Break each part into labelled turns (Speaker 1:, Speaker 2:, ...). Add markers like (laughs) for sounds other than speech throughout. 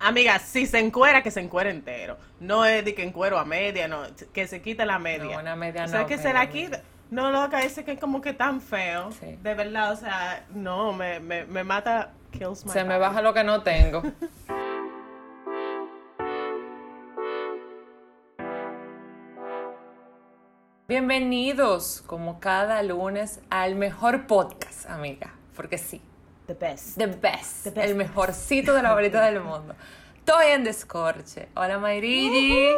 Speaker 1: Amiga, si se encuera, que se encuera entero. No es de que encuero a media, no, que se quite la media.
Speaker 2: No, una media
Speaker 1: o sea,
Speaker 2: no,
Speaker 1: que
Speaker 2: que
Speaker 1: se
Speaker 2: la
Speaker 1: la
Speaker 2: media.
Speaker 1: quita. No, loca, ese que es como que tan feo.
Speaker 2: Sí.
Speaker 1: De verdad, o sea, no, me, me, me mata, kills my
Speaker 2: Se me
Speaker 1: vibe.
Speaker 2: baja lo que no tengo. (laughs) Bienvenidos, como cada lunes, al mejor podcast, amiga. Porque sí,
Speaker 1: The best.
Speaker 2: the best,
Speaker 1: The best.
Speaker 2: el mejorcito de la bolita del mundo. Estoy en descorche. Hola, Mayrigi.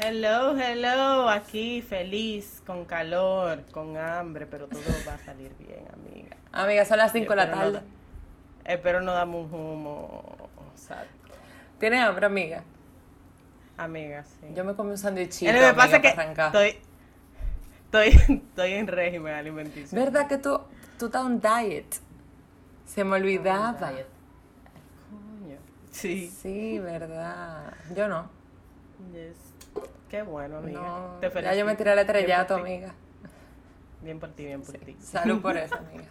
Speaker 1: Hello, hello, aquí feliz, con calor, con hambre, pero todo va a salir bien, amiga.
Speaker 2: Amiga, son las 5 de la
Speaker 1: Espero no-
Speaker 2: tarde.
Speaker 1: Espero no damos un humo, o sea,
Speaker 2: ¿Tienes hambre, amiga?
Speaker 1: amiga, sí.
Speaker 2: Yo me comí un sándwichito,
Speaker 1: Lo que
Speaker 2: amiga,
Speaker 1: pasa es que
Speaker 2: para arrancar.
Speaker 1: estoy, estoy, estoy en régimen alimenticio.
Speaker 2: ¿Verdad que tú, tú estás on diet? Se me olvidaba.
Speaker 1: Coño. Sí.
Speaker 2: Sí, verdad. Yo no.
Speaker 1: yes. Qué bueno, amiga.
Speaker 2: no.
Speaker 1: Te
Speaker 2: Ya yo
Speaker 1: felicito.
Speaker 2: me tiré al estrellato,
Speaker 1: Bien por ti.
Speaker 2: amiga.
Speaker 1: Bien por ti, bien por ti.
Speaker 2: Salud
Speaker 1: (laughs)
Speaker 2: por eso, amiga.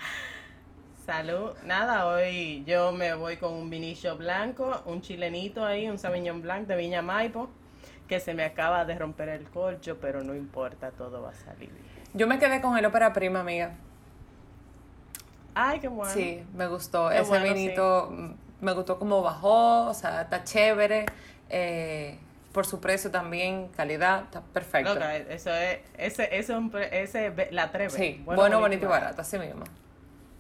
Speaker 1: Salud. Nada, hoy yo me voy con un vinillo blanco, un chilenito ahí, un Sauvignon Blanc de Viña Maipo, que se me acaba de romper el corcho, pero no importa, todo va a salir bien.
Speaker 2: Yo me quedé con el ópera prima, amiga.
Speaker 1: Ay, qué bueno.
Speaker 2: Sí, me gustó.
Speaker 1: Qué
Speaker 2: Ese
Speaker 1: bueno,
Speaker 2: vinito mm, me gustó como bajó, o sea, está chévere. eh, por su precio también, calidad, está perfecto.
Speaker 1: Loca, eso es, ese, ese, es un pre- ese, ve- la treve.
Speaker 2: Sí, bueno, bonito y barato, así mismo.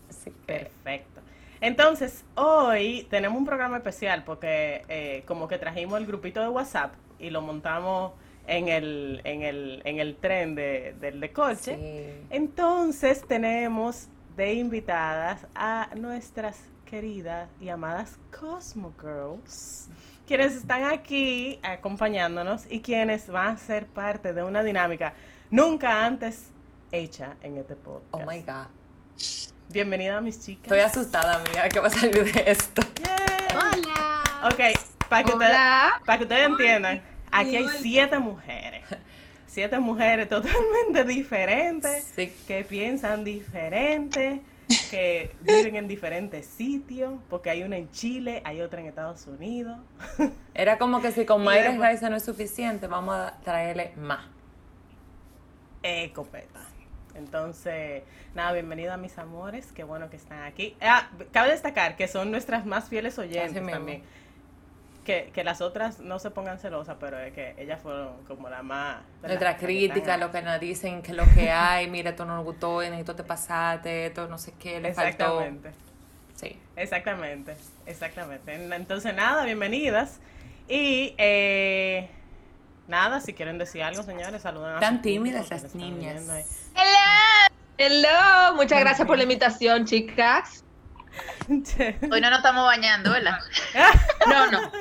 Speaker 2: Así que,
Speaker 1: Perfecto. Entonces, hoy tenemos un programa especial porque eh, como que trajimos el grupito de WhatsApp y lo montamos en el, en el, en el tren de, del de coche.
Speaker 2: sí.
Speaker 1: Entonces tenemos de invitadas a nuestras queridas y amadas Cosmo Girls, quienes están aquí acompañándonos y quienes van a ser parte de una dinámica nunca antes hecha en este podcast.
Speaker 2: Oh my God.
Speaker 1: Bienvenida mis chicas.
Speaker 2: Estoy asustada, amiga, que va a salir de esto.
Speaker 1: Yay.
Speaker 3: Hola.
Speaker 1: Ok, para que, ustedes-
Speaker 3: Hola.
Speaker 1: para que ustedes entiendan, aquí hay
Speaker 3: Igual.
Speaker 1: siete mujeres. Siete mujeres totalmente (laughs) diferentes,
Speaker 2: Sí.
Speaker 1: que piensan diferente, que viven en diferentes sitios, porque hay una en Chile, hay otra en Estados Unidos.
Speaker 2: Era como que si con
Speaker 1: Y
Speaker 2: Mayra
Speaker 1: después-
Speaker 2: Raiza no es suficiente, vamos a traerle más.
Speaker 1: Eh, copeta. Entonces, nada, bienvenido a mis amores, qué bueno que están aquí. Ah, cabe destacar que son nuestras más fieles
Speaker 2: Así
Speaker 1: oyentes
Speaker 2: mismo.
Speaker 1: también. Que, que las otras no se pongan celosas, pero es que ellas fueron como la más... de las-
Speaker 2: Nuestra
Speaker 1: las que
Speaker 2: crítica,
Speaker 1: están-
Speaker 2: lo que nos dicen, que lo que hay, mira, esto no nos gustó, en esto te pasaste, esto no sé qué, le faltó.
Speaker 1: Exactamente,
Speaker 2: Sí.
Speaker 1: exactamente, exactamente. En- Entonces, nada, bienvenidas. Y eh, nada, si quieren decir algo, señores, saludan a su
Speaker 2: Tan
Speaker 1: público,
Speaker 2: tímidas
Speaker 1: que
Speaker 2: las
Speaker 1: están viendo ahí. (laughs)
Speaker 2: niñas.
Speaker 3: Hello. Hello. Muchas gracias por la invitación, chicas. Hoy no nos estamos bañando,
Speaker 1: (laughs)
Speaker 3: ¿verdad? No, no.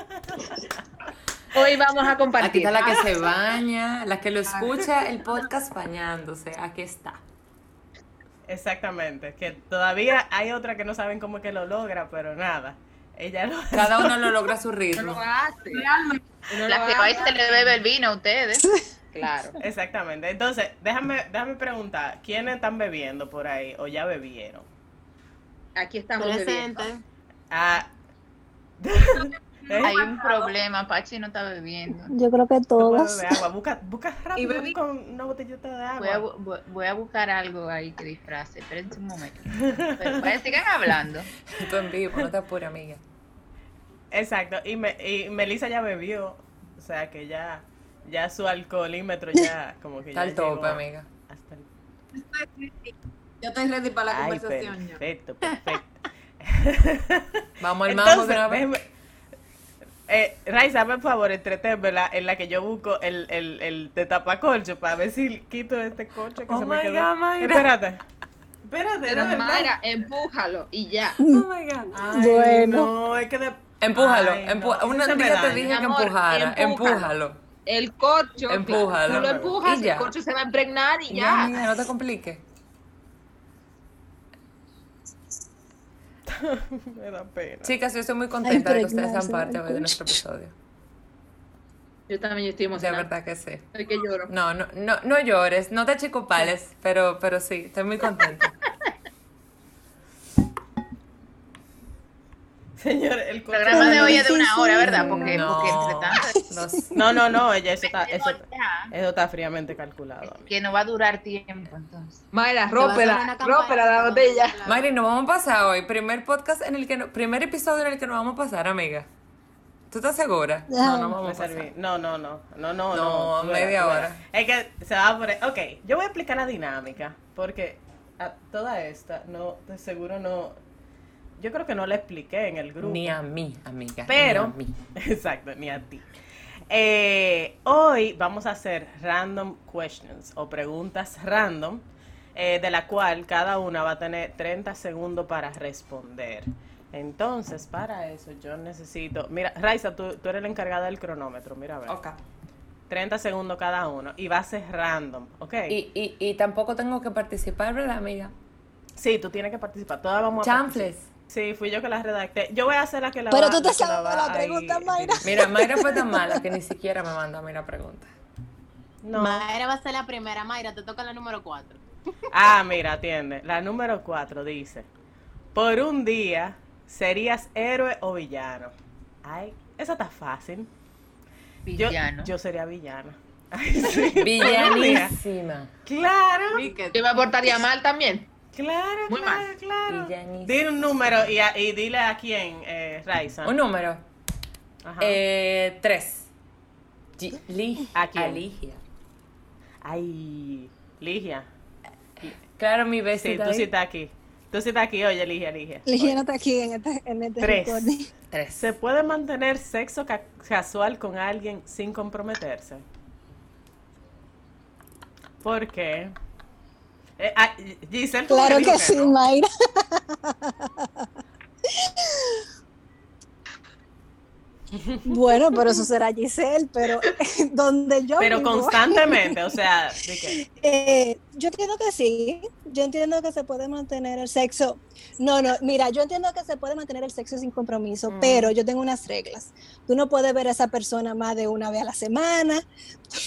Speaker 3: Hoy vamos a
Speaker 2: Aquí
Speaker 3: compartir. Ah,
Speaker 2: está la que se baña, la que lo escucha el podcast bañándose. Aquí está.
Speaker 1: Exactamente, que todavía hay otra que no saben cómo es que lo logra, pero nada, ella lo (laughs)
Speaker 2: Cada uno lo logra a su ritmo.
Speaker 3: La que va este- y se le bebe el vino a ustedes. Claro.
Speaker 1: Exactamente, entonces déjame, déjame preguntar, ¿quiénes están bebiendo por ahí o ya bebieron?
Speaker 3: Aquí estamos bebiendo.
Speaker 4: Presente.
Speaker 1: Ah, (laughs)
Speaker 5: Hay un problema, Pachi no está bebiendo.
Speaker 4: Yo creo que
Speaker 1: no puedo
Speaker 4: todos.
Speaker 1: beber agua, busca, busca rápido
Speaker 3: bebí.
Speaker 1: busca una botellita de
Speaker 5: Voy a,
Speaker 1: agua.
Speaker 5: bu- bu- voy a buscar algo ahí que disfrace, espérense un momento. Pero, vaya, sigan
Speaker 1: (laughs)
Speaker 5: hablando.
Speaker 2: Tú en vivo, no te apures, amiga.
Speaker 1: Exacto, y, me, y Melissa ya bebió, o sea que ya, ya su alcoholímetro ya como que
Speaker 2: Está
Speaker 1: ya
Speaker 2: al tope,
Speaker 1: llegó
Speaker 2: amiga.
Speaker 1: hasta el
Speaker 4: Yo estoy ready para
Speaker 1: Ay, perfecto, perfecto.
Speaker 2: Vamos al mambo de
Speaker 1: Entonces,
Speaker 2: una vez. (laughs)
Speaker 1: déjeme- eh, Raiza, por favor, entretenme en la, en la que yo busco el, el, el de tapacorcho para ver si quito este corcho que
Speaker 2: Oh
Speaker 1: se me
Speaker 2: my
Speaker 1: quedó.
Speaker 2: God, Mayra.
Speaker 1: Espérate. Espérate,
Speaker 3: Pero
Speaker 1: de verdad.
Speaker 3: Mayra, empújalo y ya.
Speaker 1: Oh Ay,
Speaker 4: Bueno.
Speaker 1: no, es que de-
Speaker 2: Empújalo.
Speaker 1: Ah. Ay,
Speaker 2: empu-
Speaker 1: no,
Speaker 2: Una
Speaker 1: ese se me
Speaker 2: día te
Speaker 1: daña.
Speaker 2: dije que
Speaker 3: Amor,
Speaker 2: empujara.
Speaker 3: empújalo.
Speaker 2: Empújalo.
Speaker 3: El corcho.
Speaker 2: Empújalo.
Speaker 3: Tú lo empujas,
Speaker 2: Y ya.
Speaker 3: el corcho se va a impregnar y
Speaker 2: Ya,
Speaker 3: ya.
Speaker 2: amiga, no te compliques.
Speaker 1: Me da pena.
Speaker 2: Chicas, yo estoy muy contenta de que ustedes sean
Speaker 4: pregnarse,
Speaker 2: parte hoy de
Speaker 4: ay,
Speaker 2: nuestro episodio.
Speaker 3: Yo también estoy
Speaker 2: De
Speaker 3: emocionada.
Speaker 2: verdad que sí.
Speaker 3: Estoy que lloro.
Speaker 2: No, no, no, no llores, no te achicopales, pero, pero sí, estoy muy contenta.
Speaker 1: Señor, el
Speaker 5: El programa de hoy es de una hora, ¿verdad? Porque,
Speaker 2: No.
Speaker 5: porque entre tanto,
Speaker 2: Los-
Speaker 1: No, no, no, ella, eso, está, eso,
Speaker 5: ya,
Speaker 1: eso está fríamente calculado. amiga.
Speaker 5: que no va a durar tiempo, entonces.
Speaker 3: Mayra,
Speaker 4: Te vas a hacer
Speaker 3: rópela,
Speaker 4: una campaña
Speaker 3: rópela la
Speaker 4: con-
Speaker 3: botella.
Speaker 4: con la-
Speaker 2: Mayra, nos vamos a pasar hoy. Primer podcast en el que no- primer episodio en el que nos vamos a pasar, amiga. ¿Tú estás segura? No, no
Speaker 1: Me
Speaker 2: vamos a
Speaker 1: serví.
Speaker 2: pasar.
Speaker 1: No, no, no, no, no,
Speaker 2: No,
Speaker 1: no. tú verás,
Speaker 2: media
Speaker 1: tú verás.
Speaker 2: hora.
Speaker 1: Es que se va a poner. Ok, yo voy a explicar la dinámica porque a toda esta no, de seguro no. Yo creo que no la expliqué en el grupo.
Speaker 2: Ni a mí, amiga.
Speaker 1: Pero,
Speaker 2: Ni a mí.
Speaker 1: (laughs) exacto, ni a ti. Eh, hoy vamos a hacer random questions o preguntas random, eh, de la cual cada una va a tener 30 segundos para responder. Entonces, para eso yo necesito... Mira, Raiza, tú, tú eres la encargada del cronómetro, mira, a ver.
Speaker 4: Ok.
Speaker 1: 30 segundos cada uno y va a ser random, ¿ok?
Speaker 2: Y, y, y tampoco tengo que participar, ¿verdad, amiga?
Speaker 1: Sí, tú tienes que participar, todas vamos a
Speaker 2: Chanfles.
Speaker 1: participar. Sí, fui yo que las redacté. Yo voy a hacer la que la
Speaker 6: Pero
Speaker 1: va-
Speaker 6: tú te
Speaker 1: la que
Speaker 6: sabes
Speaker 1: va
Speaker 6: la
Speaker 1: ahí eh,
Speaker 6: pregunta, Mayra.
Speaker 1: dirigir.
Speaker 2: Mira, Mayra fue tan mala que ni siquiera me mandó a mí la pregunta.
Speaker 1: No,
Speaker 7: Mayra va a ser la primera. Mayra, te toca la número 4.
Speaker 1: (laughs) Ah, mira, atiende. La número 4 dice: Por un día, ¿serías héroe o villano? Ay, esa está fácil. Yo,
Speaker 5: Villano. Yo,
Speaker 1: yo sería villana. (laughs) Ay, sí.
Speaker 2: Villanísima.
Speaker 1: Claro,
Speaker 4: Miquel,
Speaker 3: Yo me portaría mal también.
Speaker 1: claro,
Speaker 3: Muy
Speaker 1: claro,
Speaker 3: mal.
Speaker 1: claro.
Speaker 2: Villanísima.
Speaker 1: Dile un número y, a- y dile a quién, eh, Raiza.
Speaker 2: Un número.
Speaker 1: Ajá.
Speaker 2: Eh, tres. Gi- Li-
Speaker 1: ¿A quién?
Speaker 2: Aligia.
Speaker 1: Ay, Ligia.
Speaker 2: Claro, mi besita.
Speaker 1: Sí, tú
Speaker 2: ahí.
Speaker 1: sí estás aquí. Tú sí estás aquí, oye, Ligia, Ligia.
Speaker 6: (laughs) Ligia no está aquí en este, en este
Speaker 1: Tres.
Speaker 6: recording.
Speaker 2: Tres.
Speaker 1: ¿Se puede mantener sexo ca- casual con alguien sin comprometerse? ¿Por qué? Eh, ah, Giselle, ¿tú
Speaker 6: Claro
Speaker 1: me
Speaker 6: que
Speaker 1: dijiste,
Speaker 6: sí,
Speaker 1: no? (laughs)
Speaker 6: Mayra. Bueno, pero eso será Giselle, pero (laughs) donde yo
Speaker 1: Pero
Speaker 6: vivo,
Speaker 1: constantemente, o
Speaker 6: (laughs)
Speaker 1: sea, ¿de qué?
Speaker 6: eh, yo entiendo que sí, yo entiendo que se puede mantener el sexo, no, no, mira, yo entiendo que se puede mantener el sexo sin compromiso, pero yo tengo unas reglas, tú no puedes ver a esa persona más de una vez a la semana,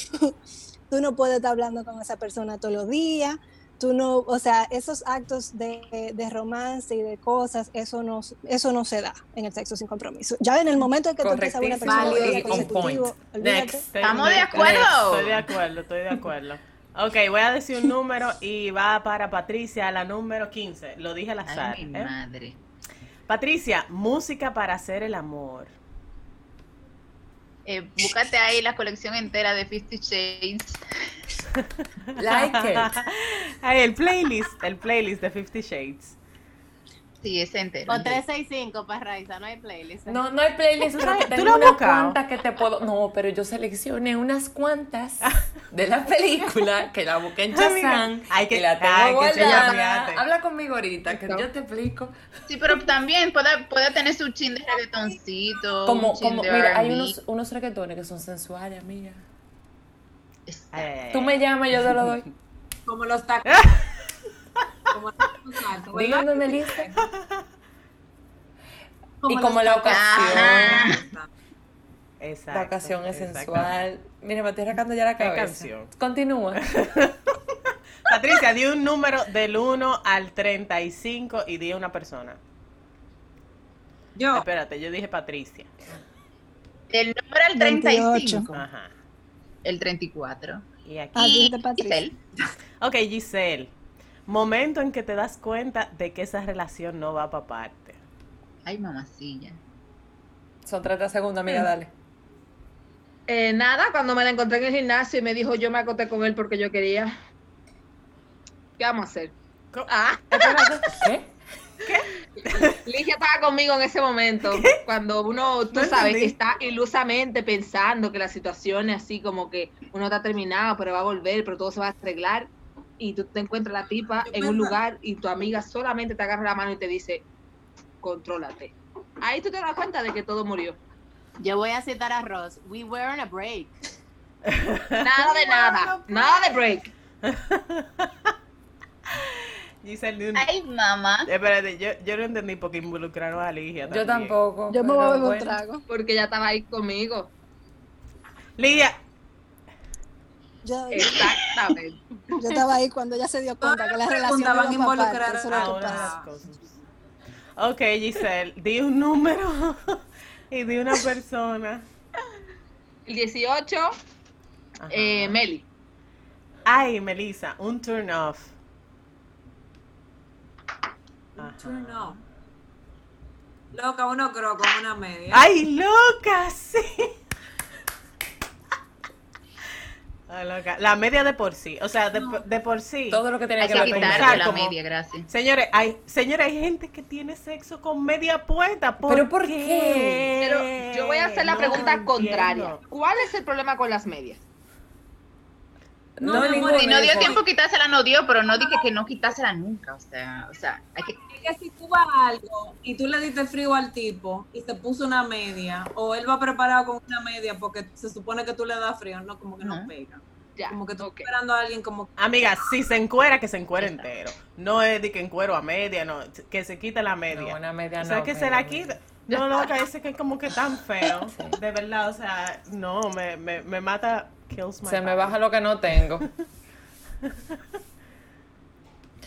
Speaker 6: (laughs) tú no puedes estar hablando con esa persona todos los días, tú no, o sea, esos actos de, de romance y de cosas, eso no, eso no se da en el sexo sin compromiso. Ya en el momento en que tú empiezas a ver una persona dos
Speaker 4: Correctísimo
Speaker 6: días
Speaker 4: y on
Speaker 6: consecutivos,
Speaker 2: point.
Speaker 6: olvídate.
Speaker 2: Next.
Speaker 5: Estamos de
Speaker 1: Estoy-
Speaker 5: acuerdo.
Speaker 1: Estoy de acuerdo, estoy de acuerdo. Ok, voy a decir un número y va para Patricia, la número 15. Lo dije al azar.
Speaker 5: Ay, mi
Speaker 1: ¿eh?
Speaker 5: madre.
Speaker 1: Patricia, música para hacer el amor.
Speaker 5: Eh, búscate ahí la colección entera de Fifty Shades.
Speaker 2: Like it.
Speaker 1: (laughs) Ay, el playlist, el playlist de Fifty Shades.
Speaker 5: Sí, ese entero.
Speaker 7: O 365 para pues, Raiza, no hay playlist.
Speaker 2: No, no hay playlist, pero
Speaker 1: Ay,
Speaker 2: que
Speaker 1: ¿tú
Speaker 2: tengo
Speaker 1: lo has
Speaker 2: unas
Speaker 1: buscado?
Speaker 2: cuantas que te puedo. No, pero yo seleccioné unas cuantas de la película que la busqué en Shazam
Speaker 1: Amiga, hay que-
Speaker 2: y la tengo
Speaker 1: ay, que se
Speaker 2: guardada.
Speaker 1: llame.
Speaker 2: Habla conmigo ahorita, que yo te explico.
Speaker 5: Sí, pero también puede, puede tener su chin de
Speaker 1: Oh,
Speaker 5: reggaetoncito.
Speaker 2: Como,
Speaker 5: un chin
Speaker 2: como,
Speaker 5: de
Speaker 2: mira, hay
Speaker 5: R&B.
Speaker 2: unos, unos reggaetones que son sensuales, amiga.
Speaker 1: Ay, ay, ay.
Speaker 2: Tú me llamas, yo te lo doy.
Speaker 4: (laughs) Como
Speaker 2: (laughs)
Speaker 4: los tacos. Como los tacos. ¿verdad?
Speaker 2: Díganme, Melissa. Y
Speaker 4: Como
Speaker 2: como
Speaker 4: los
Speaker 2: la
Speaker 4: tacos.
Speaker 5: Ajá.
Speaker 2: ocasión.
Speaker 1: Exacto,
Speaker 2: La ocasión es
Speaker 1: exacto.
Speaker 2: sensual. Mira, me estoy rascando ya la
Speaker 1: ¿Qué
Speaker 2: cabeza.
Speaker 1: canción?
Speaker 2: Continúa.
Speaker 1: Patricia, di un número del 1 al 35 y di a una persona.
Speaker 4: Yo,
Speaker 1: Espérate, yo dije Patricia.
Speaker 5: Del número al
Speaker 6: 28.
Speaker 5: 35.
Speaker 1: Ajá.
Speaker 5: El 34.
Speaker 1: Y aquí.
Speaker 6: Ah, tú
Speaker 5: Y
Speaker 6: dijiste Patricia.
Speaker 5: Giselle.
Speaker 1: Ok, Giselle. Momento en que te das cuenta de que esa relación no va para parte.
Speaker 5: Ay, mamacilla.
Speaker 2: Son 30 segundos, amiga, dale.
Speaker 3: Eh, nada, cuando me la encontré en el gimnasio y me dijo yo me acoté con él porque yo quería. ¿Qué vamos a hacer?
Speaker 1: Co-
Speaker 3: Ah,
Speaker 2: ¿Qué?
Speaker 3: Ligia estaba conmigo en
Speaker 1: (laughs)
Speaker 3: ese momento. Cuando uno, tú
Speaker 1: No
Speaker 3: sabes,
Speaker 1: entendí.
Speaker 3: que está ilusamente pensando que la situación es así como que uno está terminado, pero va a volver, pero todo se va a arreglar. Y tú te encuentras la tipa en un lugar y tu amiga solamente te agarra la mano y te dice, contrólate. Ahí tú te das cuenta de que todo
Speaker 1: (laughs)
Speaker 3: murió.
Speaker 7: Yo voy a citar a Ross. We were on a break.
Speaker 3: Nada de nada, nada de break.
Speaker 1: Giselle, di un...
Speaker 5: Ay, mamá.
Speaker 1: Espérate, yo, yo no entendí porque involucraron a Ligia.
Speaker 2: Yo
Speaker 1: también.
Speaker 2: tampoco.
Speaker 6: Yo me
Speaker 2: pero
Speaker 6: voy a beber un
Speaker 2: bueno.
Speaker 6: trago.
Speaker 3: Porque ya estaba ahí conmigo.
Speaker 1: Ligia,
Speaker 6: Yo,
Speaker 3: Eh, Exactamente.
Speaker 6: yo estaba ahí cuando ella se dio cuenta que la
Speaker 4: Todas las
Speaker 6: relación no iba pa'
Speaker 4: preguntas van
Speaker 6: parte,
Speaker 4: involucradas.
Speaker 6: eso es lo
Speaker 1: ah,
Speaker 6: que
Speaker 1: una de
Speaker 6: pasa.
Speaker 1: las cosas. Ok, Giselle, di un número (laughs) y di una persona.
Speaker 3: El 18,
Speaker 1: Ajá.
Speaker 3: eh, Meli.
Speaker 1: Ay, Melissa, un turn off. Ajá.
Speaker 4: Turn off. Loca, uno creo con una media.
Speaker 1: Ay, loca, sí. (laughs) Ah, loca. La media de por sí, o sea, de, por- de por sí.
Speaker 2: Todo lo que tenía
Speaker 5: Hay
Speaker 2: que
Speaker 5: que
Speaker 2: ver con Meli.
Speaker 5: quitarle la
Speaker 1: como-
Speaker 5: media, gracias.
Speaker 1: Señores, hay, señores, hay gente que tiene sexo con media puerta. ¿Por
Speaker 2: ¿Pero por
Speaker 1: qué?
Speaker 3: Pero yo voy a hacer la
Speaker 1: Eh, No
Speaker 3: pregunta
Speaker 1: entiendo.
Speaker 3: contraria. ¿Cuál es el problema con las medias?
Speaker 4: No,
Speaker 2: No,
Speaker 4: mi amor,
Speaker 2: ninguno,
Speaker 5: Y no dio
Speaker 2: ninguno.
Speaker 5: tiempo quitársela, no dio, pero no dije que no quitársela nunca. O sea, o sea, hay que.
Speaker 4: Es que si tú vas a algo y tú le diste frío al tipo y se puso una media, o él va preparado con una media porque se supone que tú le das frío, no, como que no
Speaker 5: Ajá.
Speaker 4: pega.
Speaker 3: Ya.
Speaker 4: Como que tú
Speaker 3: ok.
Speaker 4: estás esperando a alguien como
Speaker 1: Amiga, si se encuera, que se encuera
Speaker 5: Está.
Speaker 1: entero. No es de que encuero a media, no, que se quite la media.
Speaker 2: No, una media
Speaker 1: o sea,
Speaker 2: no,
Speaker 1: que
Speaker 2: pero-
Speaker 1: se la quite. No, loca, ese que es como que tan feo.
Speaker 2: (laughs)
Speaker 1: De verdad, o sea, no, me, me, me mata. Kills my
Speaker 2: Se me
Speaker 1: vibe.
Speaker 2: baja lo que no tengo.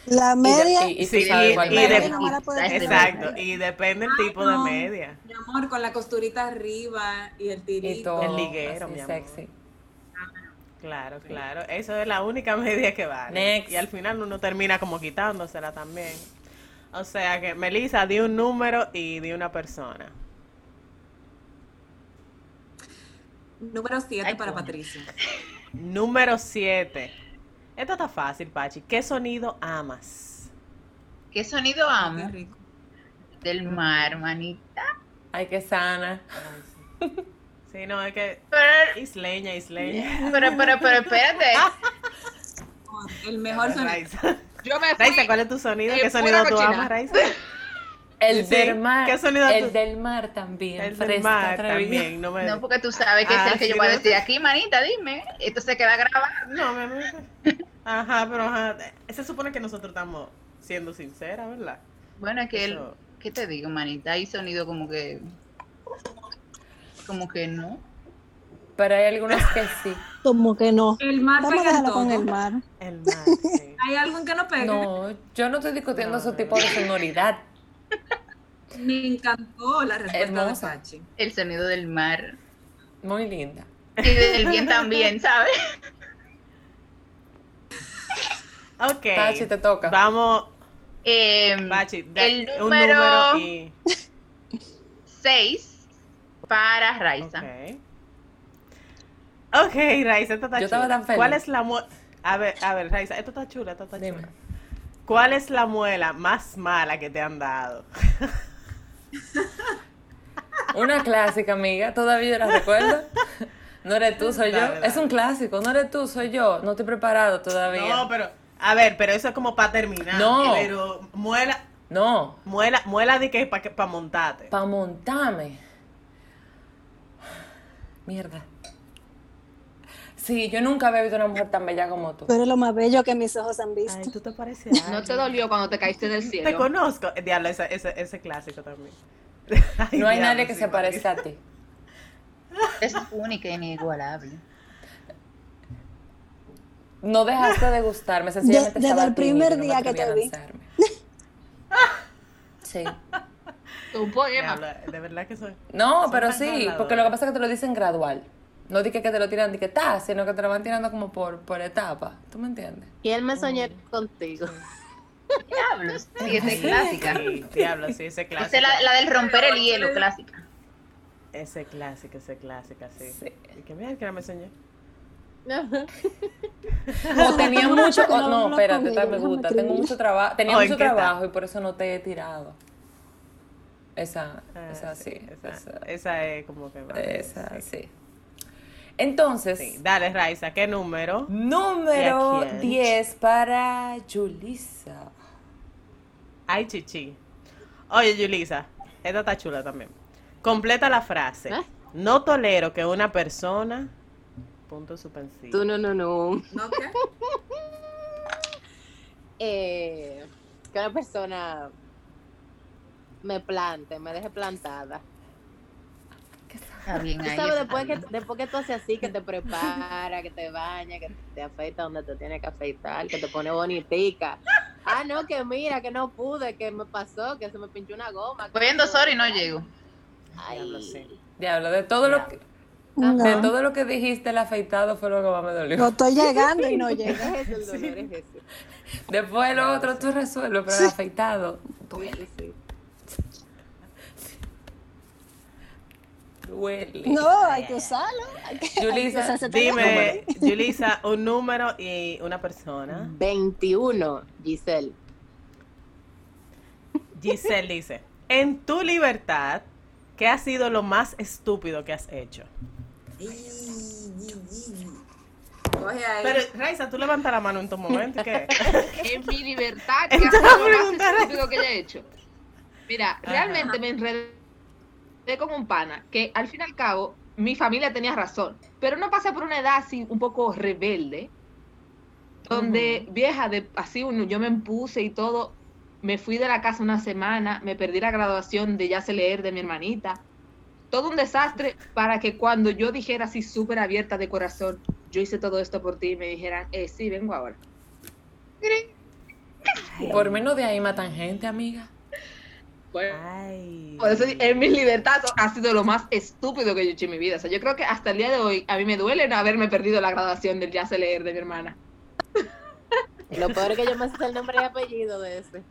Speaker 6: La
Speaker 2: Y de-
Speaker 6: media.
Speaker 2: Y, y tú
Speaker 1: Sí,
Speaker 2: sabes
Speaker 1: y-
Speaker 2: cuál
Speaker 1: y
Speaker 2: media.
Speaker 1: de-
Speaker 6: no me la puedo
Speaker 5: Exacto.
Speaker 2: este
Speaker 6: quitar.
Speaker 1: Exacto, y depende el tipo de
Speaker 4: no.
Speaker 1: media.
Speaker 4: mi amor con la costurita arriba y el tirito.
Speaker 2: Y todo.
Speaker 1: El liguero,
Speaker 2: así
Speaker 1: mi amor.
Speaker 2: sexy.
Speaker 1: Claro, claro. Eso es la única (laughs) media que vale.
Speaker 2: Next.
Speaker 1: Y al final uno termina como quitándosela también. O sea que, Melissa, di un número y di una persona.
Speaker 4: Número 7
Speaker 5: Ay,
Speaker 4: para
Speaker 5: coño.
Speaker 4: Patricia.
Speaker 1: Número 7. Esto está fácil, Pachi. ¿Qué sonido amas?
Speaker 5: ¿Qué sonido
Speaker 4: Qué
Speaker 5: amo?
Speaker 4: rico.
Speaker 5: Del mar, manita.
Speaker 2: Ay, qué sana.
Speaker 1: Sí, no, es que
Speaker 5: Pero,
Speaker 1: isleña, (laughs) isleña.
Speaker 5: pero, pero, pero espérate.
Speaker 4: El mejor sonido.
Speaker 1: Raiza.
Speaker 3: Yo me fui.
Speaker 1: Raiza, ¿cuál es tu sonido?
Speaker 3: Eh,
Speaker 1: ¿Qué
Speaker 3: pura
Speaker 1: sonido tú
Speaker 3: cochina.
Speaker 1: amas, Raiza?
Speaker 2: El
Speaker 1: Sí,
Speaker 2: del mar.
Speaker 1: ¿qué sonido
Speaker 2: el
Speaker 1: tú-
Speaker 2: del mar también.
Speaker 1: El del
Speaker 2: fresca,
Speaker 1: mar
Speaker 2: atrevida.
Speaker 1: también. No me...
Speaker 5: No, porque tú sabes que
Speaker 1: pues. Ah,
Speaker 5: es el que
Speaker 1: sí,
Speaker 5: yo voy a
Speaker 1: no.
Speaker 5: decir aquí, manita, dime. Esto se queda grabado.
Speaker 1: (laughs) No, me- me- Ajá, pero ajá. Se supone que nosotros estamos siendo sinceras, ¿verdad?
Speaker 5: Bueno, es que él,
Speaker 1: Eso.
Speaker 5: ¿qué te digo, manita? Hay sonido como que, como que no.
Speaker 2: Pero hay algunos que
Speaker 1: (laughs)
Speaker 2: sí.
Speaker 6: Como que no.
Speaker 4: El mar
Speaker 6: Vamos a
Speaker 4: pega en
Speaker 6: dejarlo
Speaker 4: todo.
Speaker 6: con el mar.
Speaker 1: (laughs) El mar, sí.
Speaker 4: Hay algo que no pega.
Speaker 2: No, yo no estoy discutiendo
Speaker 1: No,
Speaker 2: esos
Speaker 1: no,
Speaker 2: tipos de sonoridad.
Speaker 4: Me encantó la respuesta
Speaker 2: Hermosa.
Speaker 4: de Pachi.
Speaker 5: El sonido del mar
Speaker 2: Muy linda.
Speaker 5: y del
Speaker 1: (laughs)
Speaker 5: bien también, ¿sabes?
Speaker 1: Ok.
Speaker 2: Pachi, te toca.
Speaker 1: Vamos,
Speaker 5: Eh,
Speaker 1: Pachi, da-
Speaker 5: el
Speaker 1: un número
Speaker 5: número
Speaker 1: y...
Speaker 5: 6 para Raiza.
Speaker 1: Ok. Ok, Raiza, esta está
Speaker 2: Yo estaba
Speaker 1: chula.
Speaker 2: tan feliz.
Speaker 1: ¿Cuál es la muela? A ver, a ver, Raiza, esto está chula, esto está chula.
Speaker 2: Dime.
Speaker 1: ¿Cuál es la muela más mala que te han dado?
Speaker 2: Una clásica, amiga. Todavía yo la
Speaker 1: (laughs)
Speaker 2: recuerdo. No eres tú, soy yo.
Speaker 1: Dale, dale.
Speaker 2: Es un clásico. No eres tú, soy yo. No estoy preparado
Speaker 1: No,
Speaker 2: todavía.
Speaker 1: pero, a ver, pero eso es como para terminar.
Speaker 2: No.
Speaker 1: Pero muela,
Speaker 2: No,
Speaker 1: muela, muela de que para pa montarte.
Speaker 2: para montarme. Mierda. Sí, yo nunca había visto una mujer tan bella como tú.
Speaker 6: Tú eres lo más bello que mis ojos han visto.
Speaker 1: Ay, tú te pareces a
Speaker 3: ¿No te
Speaker 1: alguien.
Speaker 3: dolió cuando te caíste del cielo?
Speaker 1: Te conozco. Eh, Diablo, ese, ese, ese clásico también. (laughs) Ay, pues
Speaker 2: No hay
Speaker 1: diablo,
Speaker 2: nadie que
Speaker 1: sí,
Speaker 2: se
Speaker 1: Patricia.
Speaker 2: parezca a ti.
Speaker 5: Es única e inigualable.
Speaker 2: No dejaste de gustarme, sencillamente
Speaker 6: desde
Speaker 2: estaba
Speaker 6: el
Speaker 2: tímida y
Speaker 6: primer
Speaker 2: no me
Speaker 6: día que te
Speaker 2: atreví a
Speaker 6: vi.
Speaker 2: lanzarme. Sí.
Speaker 3: Un poema.
Speaker 1: Diablo, de verdad que soy.
Speaker 2: No,
Speaker 1: Son
Speaker 2: pero
Speaker 1: tan
Speaker 2: sí,
Speaker 1: habladoras.
Speaker 2: porque lo que pasa es que te lo dicen gradual. No dije que te lo tiran de que está, sino que te lo van tirando como por, por etapa. ¿Tú me entiendes?
Speaker 7: Y él me soñó contigo. pues,
Speaker 5: Diablos. Sí, esa es clásica.
Speaker 1: Sí, diablo, sí, ese clásico.
Speaker 5: Esa es la, la del romper el hielo, clásica.
Speaker 1: Ese clásico, ese clásico, sí.
Speaker 2: Sí.
Speaker 1: Y que mira, que no me soñé.
Speaker 2: O tenía mucho.
Speaker 6: que
Speaker 2: o-
Speaker 6: no
Speaker 2: no,
Speaker 6: hablo
Speaker 2: espérate,
Speaker 6: con
Speaker 2: tal,
Speaker 6: ella,
Speaker 2: me
Speaker 6: déjame
Speaker 2: gusta. Tengo
Speaker 6: escribir.
Speaker 2: mucho trabajo. Tenía
Speaker 1: Oh, ¿en
Speaker 2: mucho
Speaker 1: qué está?
Speaker 2: trabajo y por eso no te he tirado. Esa,
Speaker 1: Ah,
Speaker 2: esa sí.
Speaker 1: Esa,
Speaker 2: Esa,
Speaker 1: esa es como que va.
Speaker 2: esa sí. Entonces,
Speaker 1: Sí, dale, Raiza, ¿qué número? ¿Y
Speaker 2: número
Speaker 1: a quién?
Speaker 2: 10 para Julissa.
Speaker 1: Ay, chichi. Oye, Yulisa, esta está chula también. Completa la frase.
Speaker 7: ¿Eh?
Speaker 1: No tolero que una persona. Punto suspensivo.
Speaker 7: Tú no, no, no.
Speaker 4: ¿No qué?
Speaker 7: Eh, que una persona me plante, me deje plantada.
Speaker 5: Está bien
Speaker 7: Tú
Speaker 5: ahí.
Speaker 7: sabes,
Speaker 5: está
Speaker 7: después que,
Speaker 5: bien.
Speaker 7: después que tú haces así, que te prepara, que te baña, que te afeita donde te tiene que afeitar, que te pone bonitica, Ah, no, que mira, que no pude, que me pasó, que se me pinchó una goma. que
Speaker 5: Voy en dos
Speaker 7: esto,
Speaker 5: horas y no llego.
Speaker 7: ay.
Speaker 1: Diablo, sí.
Speaker 2: Diablo, de todo lo que, de
Speaker 6: No,
Speaker 2: todo lo que dijiste, el afeitado fue lo que más me
Speaker 6: no
Speaker 2: dolió.
Speaker 6: estoy llegando y no
Speaker 7: Es
Speaker 6: llego.
Speaker 7: ese el dolor, es ese.
Speaker 2: Después lo otro tú resuelves, pero el afeitado
Speaker 7: Sí, sí.
Speaker 2: duele.
Speaker 6: No, hay que usarlo. Hay que, hay que
Speaker 2: Yulisa,
Speaker 6: usarse teléfono.
Speaker 1: Dime, Yulisa, un número y una
Speaker 2: Mm.
Speaker 1: persona.
Speaker 7: 21, Giselle.
Speaker 1: Giselle dice, en tu libertad, ¿qué ha sido lo más estúpido que has hecho?
Speaker 4: Coge ahí.
Speaker 1: Pero, Raiza, tú levanta la mano en tu momento. ¿y ¿Qué?
Speaker 3: en mi libertad, que ha
Speaker 1: Estaba
Speaker 3: sido lo más
Speaker 1: preguntando.
Speaker 3: estúpido que yo he hecho. Mira, realmente me enredé con un pana, que al fin y al cabo, mi familia tenía razón, pero no pasé por una edad así un poco rebelde, donde vieja, de, así uno, yo me impuse y todo, me fui de la casa una semana, me perdí la graduación de ya sé leer de mi hermanita, todo un desastre para que cuando yo dijera así súper abierta de corazón, yo hice todo esto por ti, me dijeran, eh, sí, vengo ahora.
Speaker 2: (laughs) Por menos de ahí matan gente, amiga.
Speaker 3: Bueno,
Speaker 1: Ay.
Speaker 3: Por eso en mi libertad ha sido lo más estúpido que yo he hecho en mi vida. O sea, yo creo que hasta el día de hoy a mí me duele no haberme perdido la graduación del ya sé leer de mi hermana.
Speaker 7: Y lo peor es que yo me sé el nombre y apellido de ese.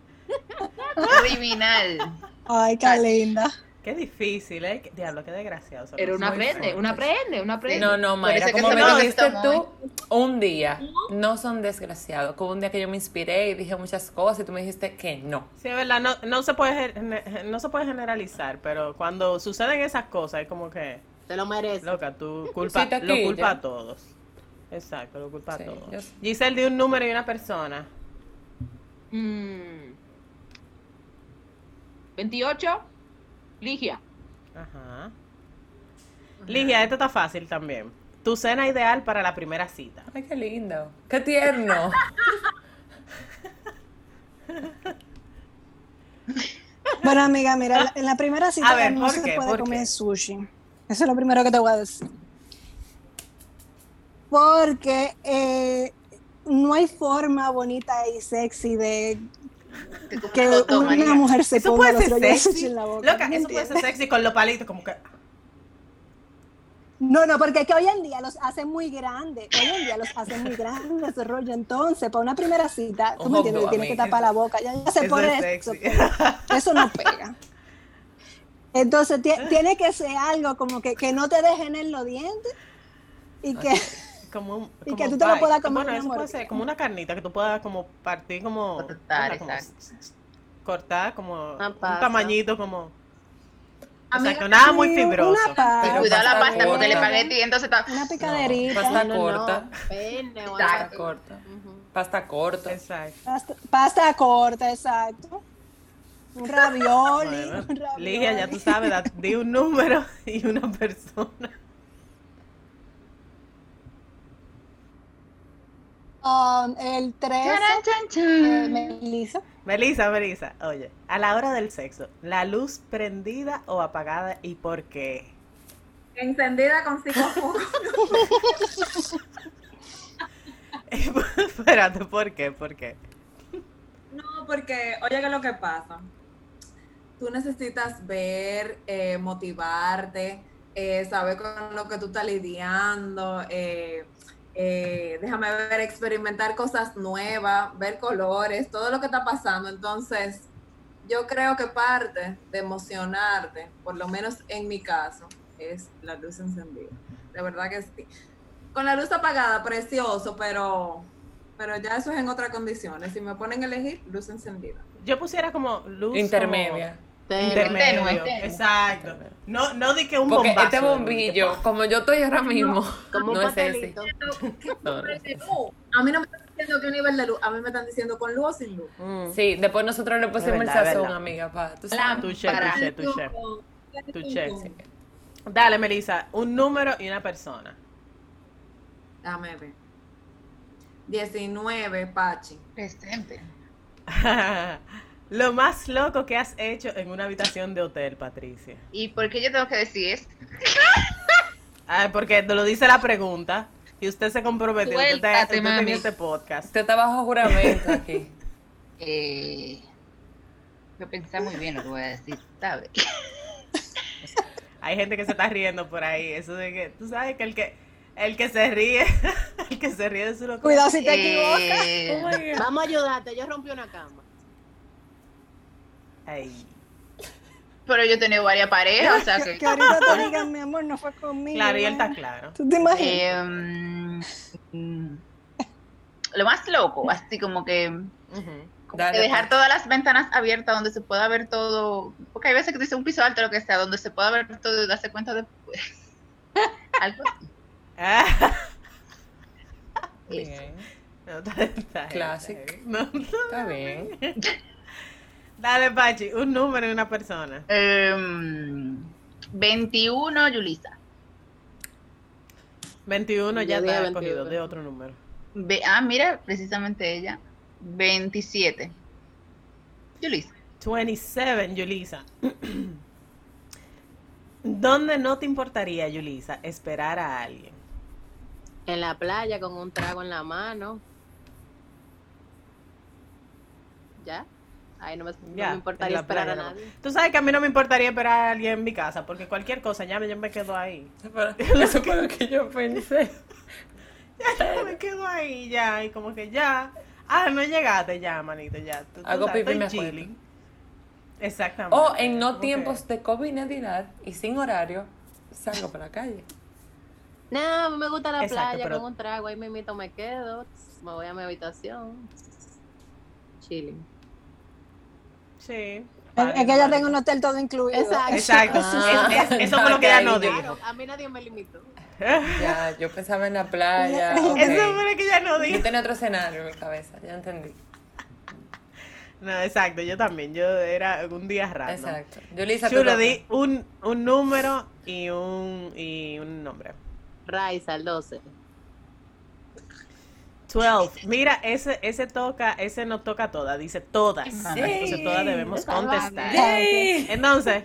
Speaker 5: Criminal.
Speaker 6: Ay, qué linda.
Speaker 1: Qué difícil, ¿eh? Qué- Diablo, qué desgraciado. son
Speaker 3: Pero
Speaker 1: los
Speaker 3: uno
Speaker 1: hombres.
Speaker 3: aprende, uno aprende, uno aprende.
Speaker 2: No, no,
Speaker 5: eso
Speaker 2: Mayra,
Speaker 5: es que
Speaker 2: como me
Speaker 5: se me
Speaker 2: lo
Speaker 5: conectó
Speaker 2: dijiste tú un día, no son desgraciados. Como un día que yo me inspiré y dije muchas cosas y tú me dijiste que no.
Speaker 1: Sí, es verdad, no, no, se puede, gen- no se puede generalizar, pero cuando suceden esas cosas es como que,
Speaker 7: Te lo mereces.
Speaker 1: loca, tú culpa,
Speaker 2: Cosita
Speaker 1: lo
Speaker 2: aquí,
Speaker 1: culpa
Speaker 2: ya.
Speaker 1: a todos. Exacto, lo culpa
Speaker 2: Sí,
Speaker 1: a
Speaker 2: yo
Speaker 1: todos.
Speaker 2: sé.
Speaker 1: Giselle, de un número y una persona.
Speaker 3: Mm. 28, Ligia.
Speaker 1: Ajá. Ligia, esto está fácil también. Tu cena ideal para la primera cita.
Speaker 2: Ay, qué lindo. Qué tierno.
Speaker 6: Bueno, amiga, mira, la- en la primera cita
Speaker 1: A ver,
Speaker 6: no
Speaker 1: ¿por
Speaker 6: se
Speaker 1: qué?
Speaker 6: puede
Speaker 1: ¿Por qué?
Speaker 6: comer sushi. Eso es lo primero que te voy a decir. Porque eh, no hay forma bonita y sexy de
Speaker 5: Te como
Speaker 6: que
Speaker 5: un hot dog,
Speaker 6: una
Speaker 5: María.
Speaker 6: mujer se
Speaker 1: Eso
Speaker 6: ponga
Speaker 1: puede
Speaker 6: los
Speaker 1: ser
Speaker 6: rollos de sushi
Speaker 1: sexy.
Speaker 6: en la boca.
Speaker 1: Loca,
Speaker 6: ¿me
Speaker 1: eso puede ser
Speaker 6: entiendes?
Speaker 1: sexy con los palitos, como que.
Speaker 6: No, no, porque es que hoy en día los hacen muy grandes. Hoy en día los hacen muy grandes ese rollo. Entonces, para una primera cita, tú
Speaker 2: Un
Speaker 6: me
Speaker 2: hot
Speaker 6: entiendes,
Speaker 2: dog,
Speaker 6: tienes que
Speaker 2: amiga.
Speaker 6: tapar la boca. Ya, ya se
Speaker 1: Eso
Speaker 6: pone
Speaker 1: es
Speaker 6: eso,
Speaker 1: sexy. (laughs)
Speaker 6: eso no pega. Entonces, tie- tiene que ser algo como que, que no te dejen en los dientes y que
Speaker 1: Como un,
Speaker 6: Y
Speaker 1: como
Speaker 6: que tú
Speaker 1: un
Speaker 6: te lo
Speaker 1: pie.
Speaker 6: puedas comer
Speaker 1: Bueno,
Speaker 6: en
Speaker 1: eso
Speaker 6: una
Speaker 1: puede ser
Speaker 6: mordida.
Speaker 1: como una carnita que tú puedas como partir como.
Speaker 5: Cortar,
Speaker 1: ¿verdad? como
Speaker 5: exacto.
Speaker 1: s- s- cortar como
Speaker 7: Una
Speaker 1: un
Speaker 7: pasta.
Speaker 1: tamañito como. O sea,
Speaker 4: Amiga,
Speaker 1: que Ah, nada muy
Speaker 6: Sí,
Speaker 1: fibroso.
Speaker 6: (laughs) Una pasta,
Speaker 2: Pero
Speaker 5: Cuidado la
Speaker 2: pasta
Speaker 5: pasta porque el
Speaker 2: gorda.
Speaker 5: espagueti entonces está.
Speaker 6: una
Speaker 2: No,
Speaker 6: picaderita,
Speaker 2: pasta corta.
Speaker 7: Pene o
Speaker 2: Pasta
Speaker 7: algo.
Speaker 2: corta.
Speaker 7: Ujú.
Speaker 2: Pasta corta.
Speaker 1: Exacto.
Speaker 6: pasta, pasta corta, exacto. Un ravioli,
Speaker 1: Bueno,
Speaker 6: Oh, un ravioli.
Speaker 1: Ligia, ya tú sabes, da- di un número (laughs) y una persona.
Speaker 6: Um, el 13,
Speaker 5: Charan, chan,
Speaker 6: eh,
Speaker 5: chan.
Speaker 6: Melissa.
Speaker 1: Melissa, Melissa, oye, a la hora del sexo, ¿la luz prendida o apagada y por qué? (laughs)
Speaker 4: Encendida con cinco focos.
Speaker 1: Espérate, ¿por qué? ¿Por qué?
Speaker 4: No, porque, oye, ¿qué es lo que pasa? Tú necesitas ver, eh, motivarte, eh, saber con lo que tú estás lidiando, eh, eh, déjame ver, experimentar cosas nuevas, ver colores, todo lo que está pasando. Entonces, yo creo que parte de emocionarte, por lo menos en mi caso, es la luz encendida. De verdad que sí. Con la luz apagada, precioso, pero pero ya eso es en otras condiciones. Si me ponen a elegir, luz encendida.
Speaker 1: Yo pusiera como luz.
Speaker 2: Intermedia.
Speaker 1: como-
Speaker 7: Pene.
Speaker 1: Intermedio.
Speaker 5: Tenue, tenue.
Speaker 1: Exacto. No, no di que un
Speaker 2: Porque
Speaker 1: bombazo
Speaker 2: este
Speaker 1: de luz,
Speaker 2: bombillo, como yo estoy ahora mismo,
Speaker 7: Como un
Speaker 2: no es ese.
Speaker 7: pastelito.
Speaker 2: No, no.
Speaker 4: A mí no me están diciendo qué nivel de luz, a mí me están diciendo con luz o sin luz.
Speaker 1: que pa- Mm.
Speaker 2: Sí, después nosotros le pusimos
Speaker 1: verdad,
Speaker 2: el sazón,
Speaker 1: verdad.
Speaker 2: amiga, pa. Tú
Speaker 5: La-
Speaker 2: sabes.
Speaker 1: Touché,
Speaker 5: Para.
Speaker 1: touché, touché.
Speaker 4: Con-
Speaker 1: Touché,
Speaker 4: con-
Speaker 1: sí. Dale, Melissa, un número y una persona. (laughs)
Speaker 4: Déjame ver. 19, Pachi.
Speaker 5: Presente.
Speaker 1: Lo más loco que has hecho en una habitación de hotel, Patricia.
Speaker 5: ¿Y por qué yo tengo que decir eso?
Speaker 1: Ah, porque te lo dice la pregunta y usted se comprometió. Usted, está-
Speaker 5: Suéltate,
Speaker 1: usted tenía
Speaker 5: mami.
Speaker 1: este podcast.
Speaker 2: Usted está bajo juramento aquí.
Speaker 5: Eh, voy a pensar muy bien lo que voy a decir, ¿sabes?
Speaker 1: Hay gente que se está riendo por ahí. Eso de que, tú sabes que el que, el que se ríe, (laughs) el que se ríe de su locura.
Speaker 6: Cuidado si (laughs) te equivocas. Oh
Speaker 5: Eh,
Speaker 7: Vamos a ayudarte, yo rompí una cama.
Speaker 1: Ay.
Speaker 5: pero yo he tenido varias parejas, o
Speaker 6: (laughs)
Speaker 5: sea
Speaker 6: Que,
Speaker 5: que...
Speaker 6: que ahorita te digan, mi amor, no fue conmigo.
Speaker 1: Claro, y él está
Speaker 6: ¿eh?
Speaker 1: claro.
Speaker 6: ¿Tú te imaginas?
Speaker 5: Eh, mm, mm, lo más loco, así como que como
Speaker 2: Dale,
Speaker 5: que dejar
Speaker 2: pues.
Speaker 5: todas las ventanas abiertas donde se pueda ver todo, porque hay veces que dice un piso alto lo que sea, donde se pueda ver todo y darse cuenta
Speaker 6: (laughs)
Speaker 5: después. Algo así.
Speaker 1: Ah, (laughs)
Speaker 5: Listo.
Speaker 2: Bien,
Speaker 1: no, está- está-
Speaker 2: Classic.
Speaker 1: No, no.
Speaker 2: está (laughs) bien.
Speaker 1: Dale, Pachi, un número y una persona.
Speaker 5: Em, 21, Yulisa.
Speaker 1: 21 ya está
Speaker 7: Yo dije
Speaker 1: escogido,
Speaker 7: 21.
Speaker 1: de otro número.
Speaker 5: Ve- ah, mira, precisamente ella. 27. Yulisa.
Speaker 1: 27, Yulisa. (clears throat) ¿Dónde no te importaría, Yulisa, esperar a alguien?
Speaker 7: En la playa con un trago en la mano. ¿Ya? Ahí no me, no
Speaker 1: Ya,
Speaker 7: me importaría
Speaker 1: en la
Speaker 7: esperar a
Speaker 1: playa,
Speaker 7: nadie.
Speaker 1: Tú sabes que a mí no me importaría esperar a alguien en mi casa, porque cualquier cosa, ya me, yo me quedo ahí.
Speaker 2: Pero Eso fue lo que yo pensé.
Speaker 1: Yo me quedo ahí ya, y como que ya. Ah, no llegaste ya, manito, ya. Tú, tú
Speaker 2: Hago
Speaker 1: sabes,
Speaker 2: pipí y me
Speaker 1: estoy
Speaker 2: acuerdo.
Speaker 1: chilling. Exactamente.
Speaker 2: O en no
Speaker 1: Como que-
Speaker 2: tiempos de COVID-19 y sin horario, salgo para la calle.
Speaker 7: No, me gusta la
Speaker 1: Exacto,
Speaker 7: playa
Speaker 1: pero-
Speaker 7: con un trago, ahí mismito me quedo, me voy a mi habitación. Chilling.
Speaker 1: Sí.
Speaker 6: Es- es que ya tengo un hotel todo incluido. (laughs)
Speaker 7: Exacto.
Speaker 1: Exacto.
Speaker 2: Ah,
Speaker 1: Es- es- eso fue lo que ella no
Speaker 2: ahí,
Speaker 1: dijo.
Speaker 7: Claro, a mí nadie me limitó.
Speaker 2: Ya, yo pensaba en la playa.
Speaker 6: Eso
Speaker 2: ok.
Speaker 1: (laughs) Eso fue lo que ya no
Speaker 2: Yo
Speaker 1: dijo.
Speaker 2: tenía otro escenario en mi cabeza, ya entendí.
Speaker 1: No, exacto, yo también. Yo era un día
Speaker 2: Ah,
Speaker 1: raro.
Speaker 2: Exacto. Yo le hice a tu
Speaker 1: Yo le
Speaker 2: loca.
Speaker 1: di un, un número y un, y un nombre.
Speaker 7: Raiza, el 12.
Speaker 1: 12. Mira, ese, ese toca, ese no toca todas, dice todas. Entonces todas debemos
Speaker 6: Ah,
Speaker 1: contestar.
Speaker 2: ¡Yay!
Speaker 1: Entonces,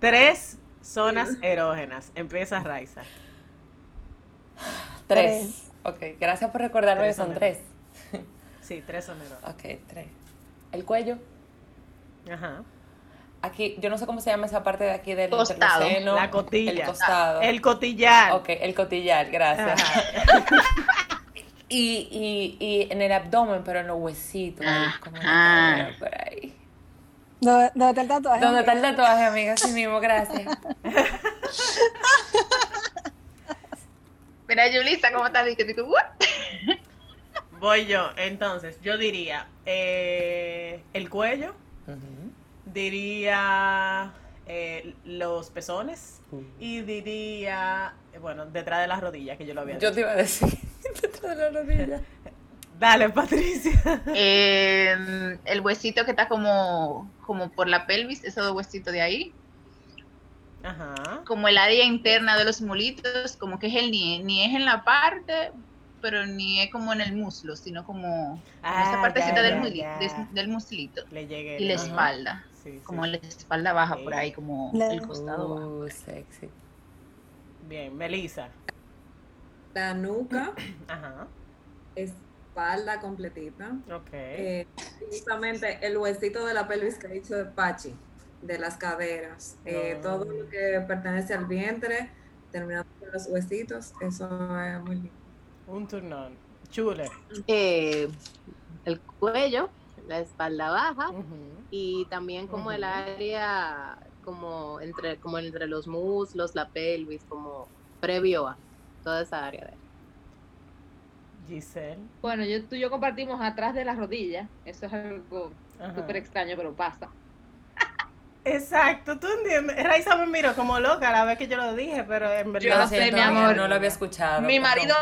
Speaker 1: tres zonas erógenas. Empieza Raiza.
Speaker 2: Tres. Ok, gracias por recordarme
Speaker 1: Tres
Speaker 2: que son
Speaker 1: son
Speaker 2: tres.
Speaker 1: Sí, tres zonas erógenas.
Speaker 2: Ok, tres. El cuello.
Speaker 1: Ajá.
Speaker 2: Aquí, yo no sé cómo se llama esa parte de aquí del
Speaker 5: Costado.
Speaker 2: interloceno.
Speaker 1: La cotilla.
Speaker 2: El costado.
Speaker 1: El cotillar.
Speaker 2: Ok, el cotillar, gracias.
Speaker 1: Ajá.
Speaker 2: (laughs) Y, y, y en el abdomen, pero en los huesitos. ahí,
Speaker 3: Ah,
Speaker 2: como en
Speaker 5: Ajá.
Speaker 2: la cadera, por ahí.
Speaker 6: ¿Dónde dónde está el tatuaje?
Speaker 2: ¿Dónde está el tatuaje, amiga? Sí mismo,
Speaker 7: (laughs)
Speaker 2: gracias.
Speaker 5: Mira, Yulisa, ¿cómo estás? Dije, digo, "What?".
Speaker 1: Voy yo. Entonces, yo diría eh, el cuello. diría eh, los pezones y diría, eh, bueno, detrás de las rodillas, que yo lo había
Speaker 2: Yo
Speaker 1: dicho.
Speaker 2: te iba a decir. (laughs) Detrás de la rodilla.
Speaker 1: Dale, Patricia.
Speaker 5: Em, el huesito que está como, como por la pelvis, esos dos huesitos de ahí.
Speaker 1: Ajá.
Speaker 5: como el área interna de los mulitos, como que es el ni, ni es en la parte, pero ni es como en el muslo, sino como en esa
Speaker 1: Ah,
Speaker 5: partecita
Speaker 1: ya,
Speaker 5: del,
Speaker 1: ya,
Speaker 5: muli-
Speaker 1: ya.
Speaker 5: des- del muslito
Speaker 1: Le llegué.
Speaker 5: y la
Speaker 1: Ajá.
Speaker 5: espalda,
Speaker 1: Sí, sí,
Speaker 5: como
Speaker 1: sí.
Speaker 5: la espalda baja por
Speaker 1: Sí.
Speaker 5: ahí, como
Speaker 6: La-
Speaker 5: el costado
Speaker 1: Oh.
Speaker 5: bajo.
Speaker 2: Uh, sexy.
Speaker 1: Bien, Melissa.
Speaker 4: La (clears throat) nuca,
Speaker 1: Ajá.
Speaker 4: espalda completita.
Speaker 1: Ok.
Speaker 4: Eh, justamente el huesito de la pelvis que ha dicho de Pachi, de las caderas, eh,
Speaker 1: No.
Speaker 4: todo lo que pertenece al vientre, terminando con los huesitos, eso es muy lindo.
Speaker 1: Un turnón. Chule.
Speaker 7: Eh, el cuello, la espalda
Speaker 5: Ah.
Speaker 7: baja
Speaker 1: Ujú.
Speaker 7: y también como el
Speaker 1: Ujú.
Speaker 7: área como entre como entre los muslos, la pelvis, como previo a toda esa área. de-
Speaker 1: Giselle.
Speaker 3: Bueno, yo, tú y yo compartimos atrás de las rodillas. Eso es algo
Speaker 1: Ajá.
Speaker 3: súper extraño, pero pasa.
Speaker 1: Exacto, tú entiendes. Raiza me miró como loca la vez que yo lo dije, pero en verdad.
Speaker 3: Yo no sé,
Speaker 2: siento,
Speaker 3: mi
Speaker 2: amiga,
Speaker 3: amor.
Speaker 2: No lo había escuchado.
Speaker 3: Mi
Speaker 2: perdón.
Speaker 3: marido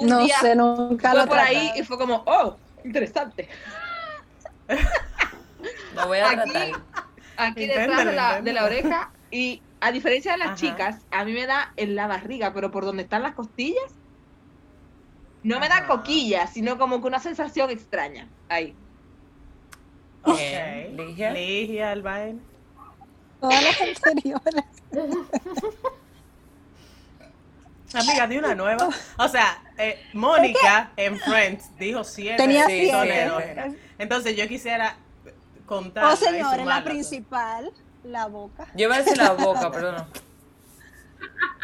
Speaker 3: un
Speaker 6: No
Speaker 3: día
Speaker 6: sé, nunca
Speaker 3: fue
Speaker 6: lo
Speaker 3: por ahí
Speaker 6: trataba.
Speaker 3: y fue como, oh, interesante.
Speaker 2: Lo voy a
Speaker 3: Aquí-
Speaker 2: tratar.
Speaker 3: Aquí detrás
Speaker 1: Inténtalo,
Speaker 3: de la, de la
Speaker 1: inténtalo.
Speaker 3: oreja. Y a diferencia de las
Speaker 1: Ajá.
Speaker 3: chicas, a mí me da en la barriga, pero por donde están las costillas, no me
Speaker 1: Ajá.
Speaker 3: da coquilla, sino como que una sensación extraña. Ahí.
Speaker 1: Ok.
Speaker 2: Bien, Ligia.
Speaker 1: Ligia, Albaen.
Speaker 6: Todas las anteriores.
Speaker 1: Amiga, de una
Speaker 6: (laughs)
Speaker 1: nueva. O sea, eh, Mónica en Friends dijo siete
Speaker 6: Tenía
Speaker 1: sí,
Speaker 6: siete.
Speaker 1: son erógenas. Entonces yo quisiera contar.
Speaker 6: Oh,
Speaker 1: y
Speaker 6: señores, la
Speaker 1: sumarla.
Speaker 6: principal, la boca.
Speaker 2: Yo iba a decir la boca, pero
Speaker 7: (laughs)
Speaker 2: no.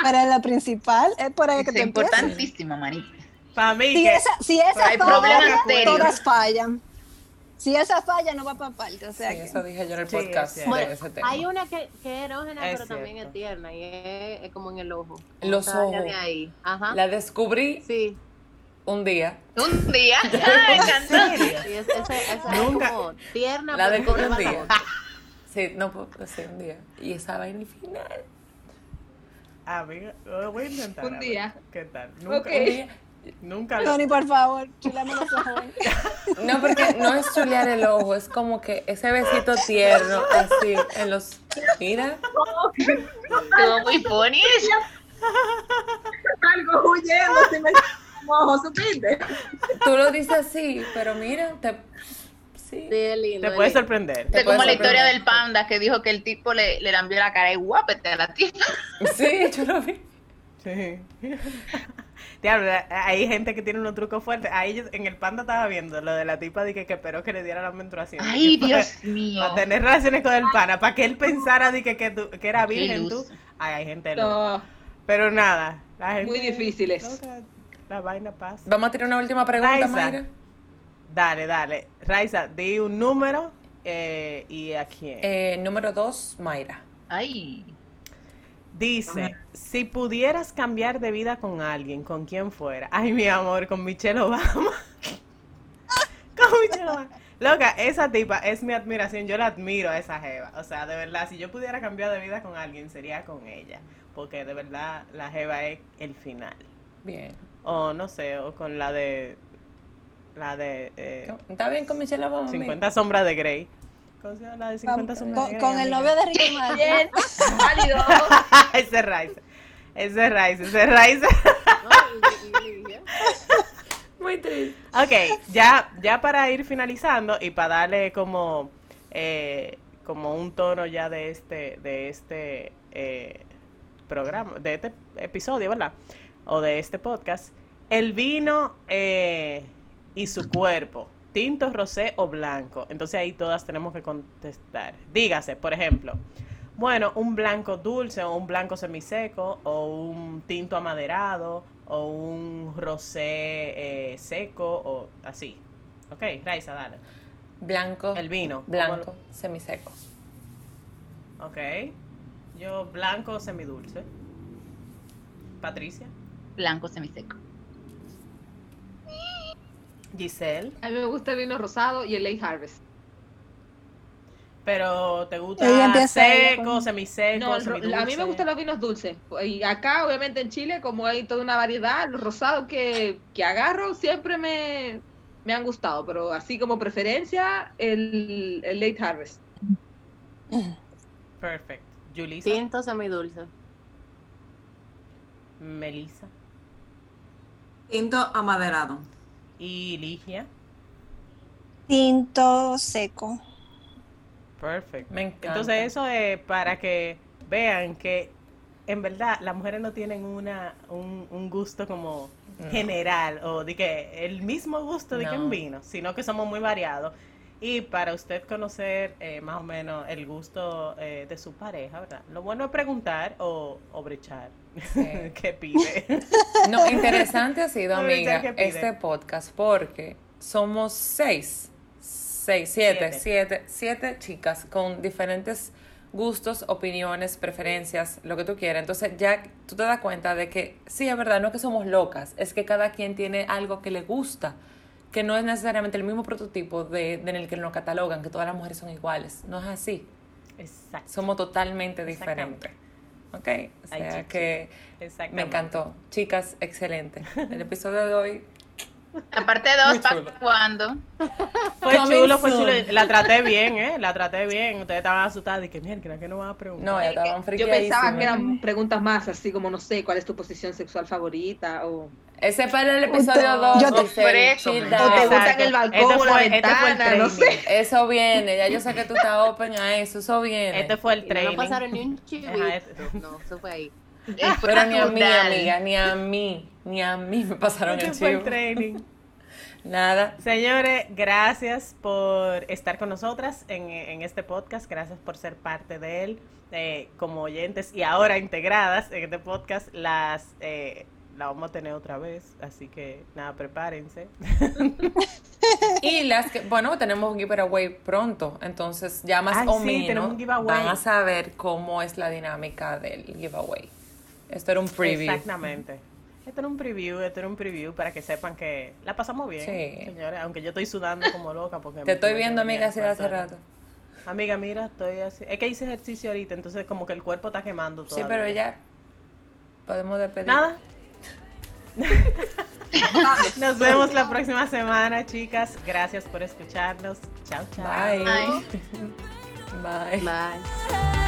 Speaker 6: Para la principal, es por ahí que
Speaker 5: Es
Speaker 6: te empiezas.
Speaker 5: importantísimo, manita.
Speaker 1: Para mí,
Speaker 6: Si
Speaker 1: que-
Speaker 6: esa, si esa
Speaker 5: hay
Speaker 6: falla,
Speaker 5: problemas serios.
Speaker 6: todas fallan. Si esa falla, no va para parte. O
Speaker 2: Sí,
Speaker 6: sea que-
Speaker 2: eso dije yo en el
Speaker 1: Sí,
Speaker 2: podcast
Speaker 1: es
Speaker 2: de
Speaker 1: cierto.
Speaker 2: ese tema.
Speaker 7: Hay una que, que es erógena,
Speaker 1: Es
Speaker 7: pero también
Speaker 1: cierto.
Speaker 7: es tierna y es, es como en el ojo.
Speaker 2: En los
Speaker 7: O sea, ya
Speaker 2: ojos.
Speaker 7: de ahí. Ajá.
Speaker 2: La descubrí
Speaker 7: Sí.
Speaker 2: un día.
Speaker 5: Un día. Ay, me
Speaker 1: ¿En
Speaker 5: encantó.
Speaker 1: serio?
Speaker 7: sí, es, esa- esa es
Speaker 1: Nunca.
Speaker 7: como tierna,
Speaker 2: La
Speaker 7: pero
Speaker 2: descubrí
Speaker 7: no
Speaker 2: un
Speaker 7: lleva la
Speaker 2: día.
Speaker 7: boca.
Speaker 2: Sí, no puedo sí, un día. Y esa vaina al final.
Speaker 1: A ver, lo voy a intentar.
Speaker 3: Un
Speaker 1: a ver
Speaker 3: día.
Speaker 1: ¿Qué tal? Nunca,
Speaker 2: Un día.
Speaker 1: nunca lo-
Speaker 6: Tony, por favor, chulame los ojos.
Speaker 2: No, porque no es chulear el ojo, es como que ese besito tierno, así, en los. Mira.
Speaker 5: Estuvo muy funny.
Speaker 4: Algo huyendo, si me mojo, ¿supiste?
Speaker 2: Tú lo dices así, pero mira, te. Sí.
Speaker 7: Sí, es lindo.
Speaker 1: Te
Speaker 7: es
Speaker 1: puede
Speaker 7: lindo.
Speaker 1: sorprender.
Speaker 2: Te
Speaker 5: Es como
Speaker 2: puede
Speaker 5: la historia
Speaker 2: sorprender.
Speaker 5: del panda que dijo que el tipo le, le lambió la cara y guapete a la
Speaker 2: (laughs)
Speaker 5: tipa.
Speaker 2: Sí, yo lo vi.
Speaker 1: Sí. (laughs) Diablo, hay gente que tiene unos trucos fuertes. Ahí yo- en el panda estaba viendo lo de la tipa de que, que esperó que le diera la menstruación. (laughs)
Speaker 5: Ay,
Speaker 1: Para-
Speaker 5: Dios mío.
Speaker 1: Para tener relaciones con el pana, para que él pensara de que, que, tú- que era
Speaker 5: Qué
Speaker 1: virgen tú.
Speaker 5: luz.
Speaker 1: Ay, hay gente loca.
Speaker 3: No,
Speaker 1: Pero nada, la gente
Speaker 3: muy difíciles.
Speaker 1: loca, la vaina pasa.
Speaker 2: Vamos a tirar una última pregunta,
Speaker 1: Raiza.
Speaker 2: Mayra.
Speaker 1: Dale, dale. Raiza, di un número eh, y a quién.
Speaker 2: Eh, número dos, Mayra.
Speaker 5: Ay.
Speaker 1: Dice, si pudieras cambiar de vida con alguien, ¿con quién fuera? (laughs) Ay, mi amor, con Michelle Obama. (laughs) con Michelle Obama. Loca, esa tipa es mi admiración, yo la admiro a esa jeva. O sea, de verdad, si yo pudiera cambiar de vida con alguien, sería con ella. Porque de verdad, la jeva es el final.
Speaker 2: Bien.
Speaker 1: O no sé, o con la de... La de... eh,
Speaker 2: ¿Está bien con Michelle Obama? amigo?
Speaker 1: 50 sombras de Grey. ¿Cómo se llama la de 50
Speaker 6: Con,
Speaker 1: sombras de Grey,
Speaker 6: con el
Speaker 1: amiga?
Speaker 6: novio de Ricky Martin.
Speaker 3: Bien, (laughs) válido.
Speaker 1: (laughs) ese Rice. Ese Rice, ese Rice.
Speaker 7: Ay, y- y- y-
Speaker 2: Muy triste.
Speaker 1: Ok, ya, ya para ir finalizando y para darle como, eh, como un tono ya de este, de este eh, programa, de este episodio, ¿verdad? O de este podcast. El vino eh, y su cuerpo, tinto, rosé o blanco. Entonces ahí todas tenemos que contestar. Dígase, por ejemplo, bueno, un blanco dulce o un blanco semiseco o un tinto amaderado o un rosé eh, seco o así. Ok, Raiza, dale.
Speaker 2: Blanco.
Speaker 1: El vino.
Speaker 2: Blanco, semiseco.
Speaker 1: ¿cómo lo- Ok. Yo blanco semidulce. Patricia.
Speaker 5: Blanco semiseco.
Speaker 1: Giselle.
Speaker 3: A mí me gusta el vino rosado y el late harvest.
Speaker 1: Pero te
Speaker 6: Ella
Speaker 1: gusta
Speaker 6: empieza ella
Speaker 1: seco,
Speaker 6: con-
Speaker 1: semiseco,
Speaker 3: No, el ro-
Speaker 1: semidulce.
Speaker 3: a mí me gustan los vinos dulces. Y acá, obviamente, en Chile, como hay toda una variedad, los rosados que, que agarro siempre me, me han gustado. Pero así como preferencia, el, el late harvest.
Speaker 1: Perfecto. Julissa.
Speaker 7: Tinto semidulce.
Speaker 1: Melissa.
Speaker 4: Tinto amaderado.
Speaker 1: Y Ligia.
Speaker 6: Tinto seco.
Speaker 1: Perfecto.
Speaker 2: Me encanta.
Speaker 1: Entonces eso es para que vean que en verdad las mujeres no tienen una un, un gusto como
Speaker 2: No.
Speaker 1: general o de que el mismo gusto de que
Speaker 2: No.
Speaker 1: en vino, sino que somos muy variados. Y para usted conocer eh, más o menos el gusto eh, de su pareja, ¿verdad? Lo bueno es preguntar o, o brechar.
Speaker 2: Sí.
Speaker 1: (laughs) ¿Qué pide?
Speaker 2: (laughs) No, interesante ha sido,
Speaker 1: Ahorita
Speaker 2: amiga,
Speaker 1: que pide.
Speaker 2: este podcast porque somos seis, seis, siete, siete, siete chicas con diferentes gustos, opiniones, preferencias, lo que tú quieras. Entonces ya tú te das cuenta de que sí, es verdad, no es que somos locas, es que cada quien tiene algo que le gusta, que no es necesariamente el mismo prototipo de, de en el que nos catalogan, que todas las mujeres son iguales. No es así,
Speaker 1: Exacto.
Speaker 2: somos totalmente diferentes. ¿Ok? O
Speaker 1: Ay,
Speaker 2: sea
Speaker 1: chichi.
Speaker 2: que... Me
Speaker 1: Exactamente.
Speaker 2: encantó. Chicas, excelente. El episodio de hoy.
Speaker 5: La parte 2,
Speaker 2: Muy chulo.
Speaker 5: ¿para cuándo?
Speaker 1: Fue
Speaker 2: Coming
Speaker 1: chulo, fue
Speaker 2: soon.
Speaker 1: chulo. La traté bien, ¿eh? La traté bien. Ustedes estaban asustados. Dije, mierda, que no van a preguntar.
Speaker 2: No, ya estaban
Speaker 3: Yo
Speaker 2: friqueadísimas.
Speaker 3: pensaba que eran preguntas más, así como, no sé, ¿cuál es tu posición sexual favorita? O
Speaker 2: Ese fue el episodio 2.
Speaker 6: Yo te-
Speaker 5: O
Speaker 3: te gusta en el
Speaker 1: Este
Speaker 3: balcón o la
Speaker 1: fue- este fue el
Speaker 3: ventana, no
Speaker 1: training.
Speaker 3: sé.
Speaker 2: Eso viene. Ya yo sé que tú estás open a eso. Eso viene.
Speaker 1: Este fue el
Speaker 7: Y no
Speaker 1: training.
Speaker 7: pasaron ni un
Speaker 1: Ajá, Ah, es-
Speaker 7: chivito. No, eso fue ahí.
Speaker 2: Pero ni a mí, amiga. Ni a mí. Ni a mí me pasaron el
Speaker 1: Este fue el
Speaker 2: chivo.
Speaker 1: training.
Speaker 2: Nada.
Speaker 1: Señores, gracias por estar con nosotras en, en este podcast, gracias por ser parte de él eh, como oyentes y ahora integradas en este podcast. Las eh, la vamos a tener otra vez, así que nada, (laughs) prepárense.
Speaker 2: Y las que, bueno, tenemos un giveaway pronto, entonces ya más
Speaker 1: Ay,
Speaker 2: o
Speaker 1: sí, tenemos
Speaker 2: menos
Speaker 1: un giveaway.
Speaker 2: van a saber cómo es la dinámica del giveaway. Esto era un preview.
Speaker 1: Exactamente. Esto era un preview, esto era un preview para que sepan que la pasamos bien,
Speaker 2: Sí.
Speaker 1: señores, aunque yo estoy sudando como loca porque
Speaker 2: Te estoy viendo,
Speaker 1: me-
Speaker 2: amiga, así de hace
Speaker 1: pasó.
Speaker 2: rato.
Speaker 1: Amiga, mira, estoy así. Es que hice ejercicio ahorita, entonces como que el cuerpo está quemando todo.
Speaker 2: Sí, pero ya podemos despedir.
Speaker 1: Nada. Nos vemos la próxima semana, chicas. Gracias por escucharnos. Chao, chao.
Speaker 2: Bye.
Speaker 5: Ay.
Speaker 2: (laughs) Bye.
Speaker 7: Bye.
Speaker 6: Bye.